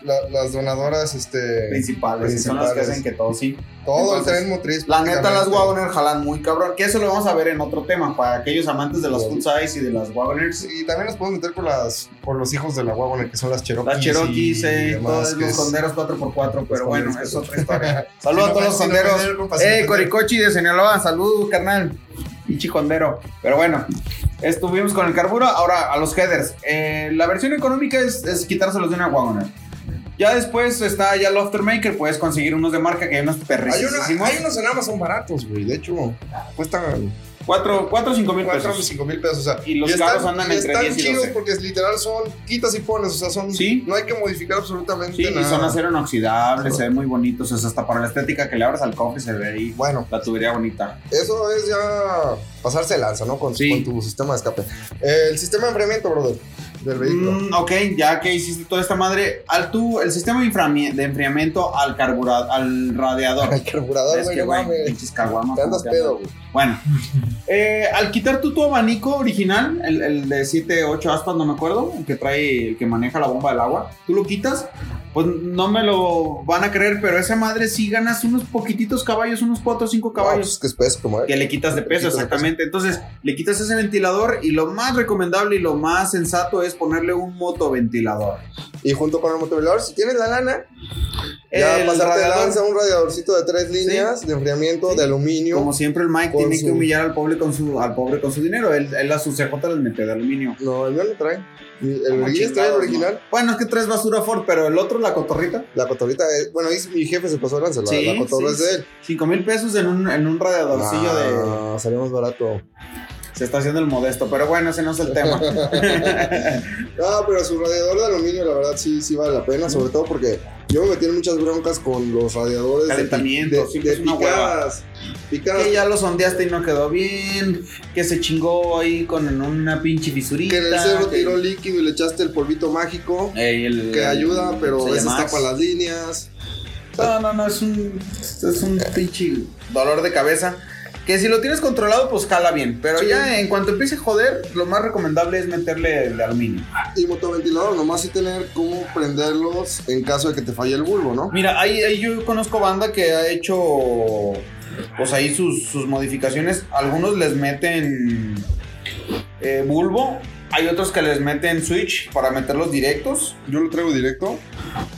Speaker 1: la- las donadoras, este...
Speaker 2: Principales, y son las que
Speaker 1: Principales.
Speaker 2: hacen que todo, sí.
Speaker 1: Todo
Speaker 2: Entonces,
Speaker 1: el tren motriz.
Speaker 2: La neta, las
Speaker 1: prácticamente.
Speaker 2: Wagoner jalan muy cabrón. Que eso lo vamos a ver en otro tema. Para aquellos amantes de las full size y de las Wagoners.
Speaker 1: Y también nos podemos meter por las por los hijos de la Wagoner, que son las Cherokees.
Speaker 2: Las Cherokees,
Speaker 1: y
Speaker 2: eh,
Speaker 1: demás,
Speaker 2: todos
Speaker 1: que
Speaker 2: los
Speaker 1: es-
Speaker 2: conderos 4x4, pero bueno, es otra historia.
Speaker 1: Si
Speaker 2: Saludos
Speaker 1: no
Speaker 2: a todos los
Speaker 1: ven- si no
Speaker 2: conderos. Eh,
Speaker 1: ven el compa, si no
Speaker 2: ¡Ey,
Speaker 1: ven-
Speaker 2: Coricochi de Sinaloa! ¡Saludos, carnal! Pinche condero. Pero bueno, estuvimos con el carburo. Ahora, a los headers. Eh, la versión económica es, es quitárselos de una Wagoner. Ya después está ya el Aftermaker. Puedes conseguir unos de marca que hay unos
Speaker 1: Hay, uno-
Speaker 2: perricísimos.
Speaker 1: hay unos en Amazon baratos, güey. De hecho, cuestan
Speaker 2: Cuatro, cuatro o cinco mil
Speaker 1: 4 o
Speaker 2: pesos.
Speaker 1: 5 mil pesos. O sea,
Speaker 2: Y los carros andan entre
Speaker 1: están
Speaker 2: 10 y
Speaker 1: chidos
Speaker 2: 12.
Speaker 1: porque es literal son quitas y pones. O sea, son.
Speaker 2: Sí.
Speaker 1: No hay que modificar absolutamente
Speaker 2: Sí,
Speaker 1: nada.
Speaker 2: y son acero inoxidable, se ven muy bonitos. Es hasta para la estética que le abras al cofre se ve ahí
Speaker 1: Bueno,
Speaker 2: la tubería bonita.
Speaker 1: eso es ya pasarse de lanza, ¿no? Con,
Speaker 2: Sí.
Speaker 1: con tu sistema de escape. Eh, el sistema de enfriamiento, brother, del vehículo.
Speaker 2: Mm, ok, ya que hiciste toda esta madre, al tú, el sistema de, enfriami- de enfriamiento al carburador, al radiador.
Speaker 1: El carburador,
Speaker 2: Es
Speaker 1: güey,
Speaker 2: que,
Speaker 1: no
Speaker 2: güey,
Speaker 1: mames.
Speaker 2: pinches caguamas,
Speaker 1: Te andas
Speaker 2: como que andas.
Speaker 1: pedo, güey.
Speaker 2: Bueno, eh, al quitar tú tu abanico original, el, el de 7, 8 aspas, no me acuerdo, el que trae, el que maneja la bomba del agua, tú lo quitas, pues no me lo van a creer, pero esa madre sí ganas unos poquititos caballos, unos 4 o 5
Speaker 1: No,
Speaker 2: caballos.
Speaker 1: pues, que es peso, como, eh.
Speaker 2: Que le quitas de
Speaker 1: Le
Speaker 2: peso,
Speaker 1: quitas de
Speaker 2: exactamente. Entonces, le quitas ese ventilador y lo más recomendable y lo más sensato es ponerle un motoventilador.
Speaker 1: Y junto con el motivador, si tienes la lana, ya
Speaker 2: El
Speaker 1: pasarte de
Speaker 2: radiador,
Speaker 1: lanza un radiadorcito de tres líneas de enfriamiento
Speaker 2: Sí.
Speaker 1: de aluminio.
Speaker 2: Como siempre, el Mike
Speaker 1: Con
Speaker 2: tiene que
Speaker 1: su-
Speaker 2: humillar al pobre con su, al pobre con su dinero. Él, él a su CJ les mete de aluminio.
Speaker 1: No, el mío no trae. Mi- El guía
Speaker 2: Como
Speaker 1: trae el
Speaker 2: Ah, chingados,
Speaker 1: original.
Speaker 2: ¿no? Bueno, es que traes basura Ford, pero el otro, la cotorrita,
Speaker 1: La cotorrita es. Bueno, ahí mi jefe se pasó de lanza. La,
Speaker 2: Sí,
Speaker 1: la cotorra
Speaker 2: sí,
Speaker 1: es de él.
Speaker 2: 5 mil pesos en un, en un radiadorcillo de.
Speaker 1: Ah, salió más barato.
Speaker 2: Se está haciendo el modesto, pero bueno, ese no es el tema.
Speaker 1: Ah, pero su radiador de aluminio, la verdad, sí, sí vale la pena. Sobre todo porque yo me metí en muchas broncas con los radiadores. de pi-
Speaker 2: Calentamiento,
Speaker 1: de,
Speaker 2: siempre
Speaker 1: de
Speaker 2: es una
Speaker 1: picadas. Picadas.
Speaker 2: que ya lo sondeaste y no quedó bien, que se chingó ahí con una pinche fisurita.
Speaker 1: Que en el cerro
Speaker 2: que-
Speaker 1: tiró líquido y le echaste el polvito mágico.
Speaker 2: Ey, el-
Speaker 1: Que ayuda, pero a
Speaker 2: se
Speaker 1: veces
Speaker 2: llama
Speaker 1: tapa las líneas.
Speaker 2: No, no, no, es un, es un pinche dolor de cabeza. Que si lo tienes controlado, pues cala bien. Pero
Speaker 1: Sí.
Speaker 2: ya en cuanto empiece a joder, lo más recomendable es meterle el de aluminio.
Speaker 1: Y motoventilador, nomás sí tener cómo prenderlos en caso de que te falle el bulbo, ¿no?
Speaker 2: Mira, ahí, ahí yo conozco banda que ha hecho, pues ahí sus, sus modificaciones. Algunos les meten eh, bulbo. Hay otros que les meten switch para meterlos directos.
Speaker 1: Yo lo traigo directo.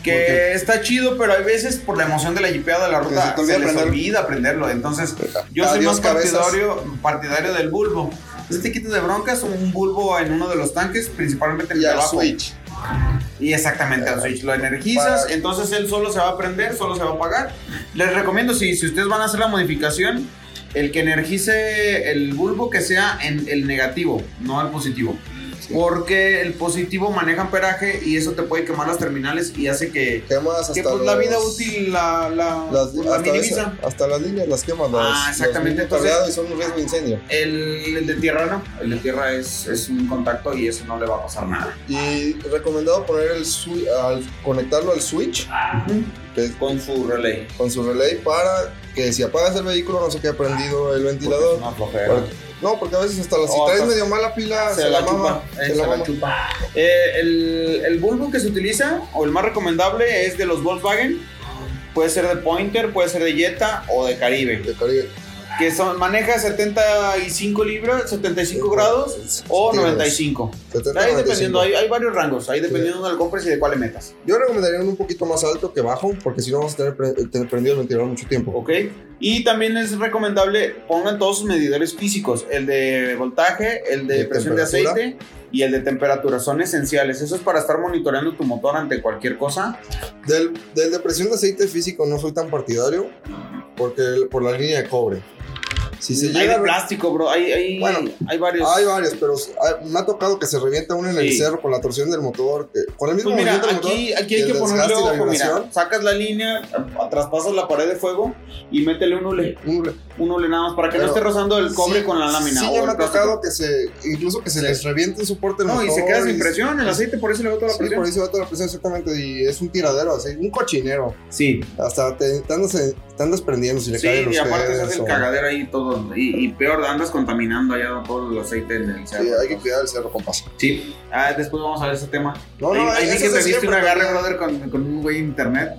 Speaker 2: Que
Speaker 1: Porque-
Speaker 2: está chido, pero hay veces por la emoción de la jipeada de la
Speaker 1: Porque
Speaker 2: ruta
Speaker 1: se te
Speaker 2: se,
Speaker 1: olvida
Speaker 2: les
Speaker 1: prenderlo.
Speaker 2: olvida aprenderlo. Entonces, yo soy
Speaker 1: Adiós,
Speaker 2: más
Speaker 1: cabezas.
Speaker 2: partidario, partidario del bulbo. Entonces te quitas de broncas un bulbo en uno de los tanques, principalmente en el
Speaker 1: Y
Speaker 2: de
Speaker 1: al
Speaker 2: abajo.
Speaker 1: switch.
Speaker 2: Y exactamente al switch. Lo energizas,
Speaker 1: Para-
Speaker 2: entonces él solo se va a prender, solo se va a apagar. Les recomiendo, si, si ustedes van a hacer la modificación, el que energice el bulbo que sea en el negativo, no al positivo.
Speaker 1: Sí.
Speaker 2: Porque el positivo maneja amperaje y eso te puede quemar las terminales y hace que
Speaker 1: Quemas hasta
Speaker 2: que pues la
Speaker 1: los-
Speaker 2: vida útil la, la, pues,
Speaker 1: Las,
Speaker 2: la
Speaker 1: hasta,
Speaker 2: minimiza.
Speaker 1: esa- hasta las líneas las quemas. Las,
Speaker 2: Ah,
Speaker 1: los
Speaker 2: exactamente, entonces-
Speaker 1: cableados y son un riesgo de incendio.
Speaker 2: El, el de tierra no, el de tierra es, es un contacto y eso no le va a pasar nada.
Speaker 1: Y recomendado poner el swi- al conectarlo al switch que es
Speaker 2: Con su relay.
Speaker 1: con su relay para que si apagas el vehículo no se quede prendido el
Speaker 2: Porque es
Speaker 1: ventilador.
Speaker 2: una flojera.
Speaker 1: Porque- no, porque a veces hasta la, si
Speaker 2: Oh,
Speaker 1: traes
Speaker 2: hasta-
Speaker 1: medio mala pila
Speaker 2: se, la chupa.
Speaker 1: mama,
Speaker 2: eh,
Speaker 1: se la mama.
Speaker 2: chupa. Eh, el, el bulbo que se utiliza, o el más recomendable, es de los Volkswagen. Puede ser de Pointer, puede ser de Jetta o de Caribe.
Speaker 1: De Caribe.
Speaker 2: que son, maneja 75 libras, 75 grados o 95.
Speaker 1: 70,
Speaker 2: Ahí
Speaker 1: 95.
Speaker 2: dependiendo, hay, hay varios rangos, ahí dependiendo de dónde lo compres y de cuál le metas.
Speaker 1: Yo recomendaría uno un poquito más alto que bajo, porque si no vas a tener pre- tener prendido el ventilador mucho tiempo.
Speaker 2: ¿ok? Y también es recomendable pongan todos sus medidores físicos, el de voltaje, el de,
Speaker 1: De
Speaker 2: presión de
Speaker 1: temperatura.
Speaker 2: aceite y el de temperatura, son esenciales. Eso es para estar monitoreando tu motor ante cualquier cosa.
Speaker 1: Del, del de presión de aceite físico no soy tan partidario, porque el- por la línea de cobre. Si se
Speaker 2: Mm, hay de
Speaker 1: llega a-
Speaker 2: plástico, bro, hay, hay,
Speaker 1: Bueno,
Speaker 2: hay varios.
Speaker 1: Hay varios, pero s- ah, me ha tocado que se revienta uno en el
Speaker 2: Pues, Sí.
Speaker 1: cerro con la torsión del motor. que- con el mismo
Speaker 2: Pues mira,
Speaker 1: movimiento del motor.
Speaker 2: aquí, aquí
Speaker 1: y
Speaker 2: hay
Speaker 1: el
Speaker 2: que
Speaker 1: desgaste
Speaker 2: ponerle
Speaker 1: y la
Speaker 2: ojo, mira,
Speaker 1: vibración.
Speaker 2: sacas la línea, a- traspasas la pared de fuego y métele un hule,
Speaker 1: un-
Speaker 2: un hule nada más para que no
Speaker 1: Pero
Speaker 2: esté rozando el cobre
Speaker 1: sí,
Speaker 2: con la lámina
Speaker 1: Sí,
Speaker 2: o
Speaker 1: ya
Speaker 2: el
Speaker 1: me ha
Speaker 2: plástico.
Speaker 1: tocado que se, incluso que se les reviente el soporte del
Speaker 2: No,
Speaker 1: motor.
Speaker 2: y se queda sin
Speaker 1: y-
Speaker 2: presión, el aceite por eso le va toda la
Speaker 1: Sí, por
Speaker 2: presión.
Speaker 1: ahí se va toda la presión exactamente y es un tiradero, así, un cochinero.
Speaker 2: Sí,
Speaker 1: Hasta te, te andas, eh, te andas prendiendo si le
Speaker 2: Sí,
Speaker 1: caen
Speaker 2: y aparte se
Speaker 1: ustedes
Speaker 2: hace
Speaker 1: o-
Speaker 2: el cagadero ahí todo. Y, y peor, andas contaminando allá todo el aceite en el
Speaker 1: Sí,
Speaker 2: cerro.
Speaker 1: hay que cuidar el cerro, compas.
Speaker 2: Sí. Ah, después vamos a ver ese tema.
Speaker 1: No, no,
Speaker 2: ahí ahí vi
Speaker 1: ese
Speaker 2: que
Speaker 1: es
Speaker 2: pediste
Speaker 1: siempre,
Speaker 2: un agarre,
Speaker 1: porque-
Speaker 2: brother, con, con un güey de internet.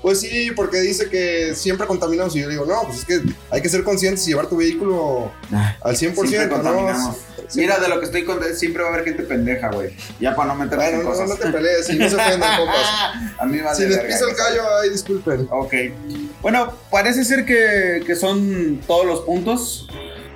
Speaker 1: Pues sí, porque dice que siempre contaminamos y yo digo, no, pues es que hay que ser conscientes y llevar tu vehículo
Speaker 2: Ah,
Speaker 1: al 100%.
Speaker 2: siempre
Speaker 1: ¿no?
Speaker 2: contaminamos.
Speaker 1: Sí.
Speaker 2: Mira, de lo que estoy contando, siempre va a haber gente pendeja, güey. Ya para no meterme
Speaker 1: Ay,
Speaker 2: en
Speaker 1: no, no,
Speaker 2: cosas. Ah,
Speaker 1: no te pelees y no se ofendan, compas.
Speaker 2: a mí va
Speaker 1: Si les piso el callo, ay, disculpen.
Speaker 2: Ok. Bueno, parece ser que, que son todos los puntos.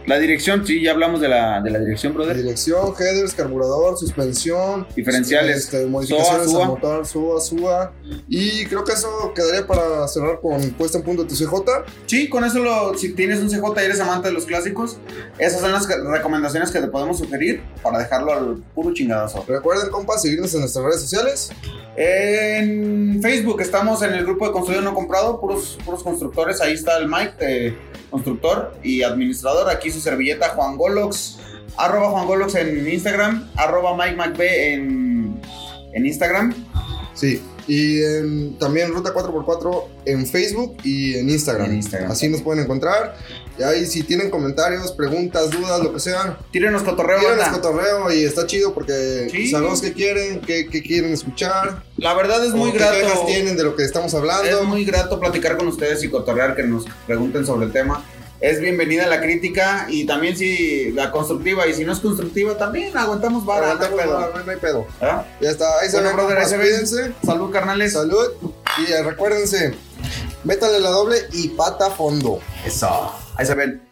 Speaker 2: La dirección, sí, ya hablamos de la, de la dirección, brother.
Speaker 1: Dirección, headers, carburador, suspensión.
Speaker 2: Diferenciales.
Speaker 1: este, modificaciones
Speaker 2: Soa, suba.
Speaker 1: al motor, suba, suba. Y creo que eso quedaría para cerrar con puesta en punto de tu CJ.
Speaker 2: Sí, con eso lo, si tienes un CJ y eres amante de los clásicos, esas son las que- recomendaciones que te podemos sugerir para dejarlo al puro chingadazo.
Speaker 1: Recuerden, compas, seguirnos en nuestras redes sociales.
Speaker 2: En Facebook estamos en el grupo de construido no comprado, puros, puros constructores, ahí está el Mike, eh, constructor y administrador, aquí su servilleta Juan Golox, arroba Juan Golox en Instagram, arroba Mike McB en, en Instagram.
Speaker 1: Sí. Y en- también Ruta 4x4 en Facebook y en Instagram.
Speaker 2: En Instagram.
Speaker 1: Así nos pueden encontrar. Y ahí si tienen comentarios, preguntas, dudas, lo que sea,
Speaker 2: Tírenos cotorreo,
Speaker 1: Tírenos
Speaker 2: banda.
Speaker 1: cotorreo y está chido porque pues,
Speaker 2: Sí.
Speaker 1: sabemos qué quieren, qué, qué quieren escuchar.
Speaker 2: La verdad es muy
Speaker 1: o qué
Speaker 2: grato.
Speaker 1: quejas tienen de lo que estamos hablando.
Speaker 2: Es muy grato platicar con ustedes y cotorrear que nos pregunten sobre el tema. Es bienvenida la crítica y también si la constructiva y si no es constructiva también aguantamos vara, no hay
Speaker 1: Aguantamos,
Speaker 2: pedo,
Speaker 1: no, no, no hay pedo.
Speaker 2: ¿verdad?
Speaker 1: Ya está, ahí se
Speaker 2: Bueno,
Speaker 1: ven,
Speaker 2: brother, ahí
Speaker 1: compas,
Speaker 2: se ven.
Speaker 1: cuídense.
Speaker 2: Salud carnales.
Speaker 1: Salud. Y eh, recuérdense, métale la doble y pata a fondo.
Speaker 2: Eso. Ahí se ven.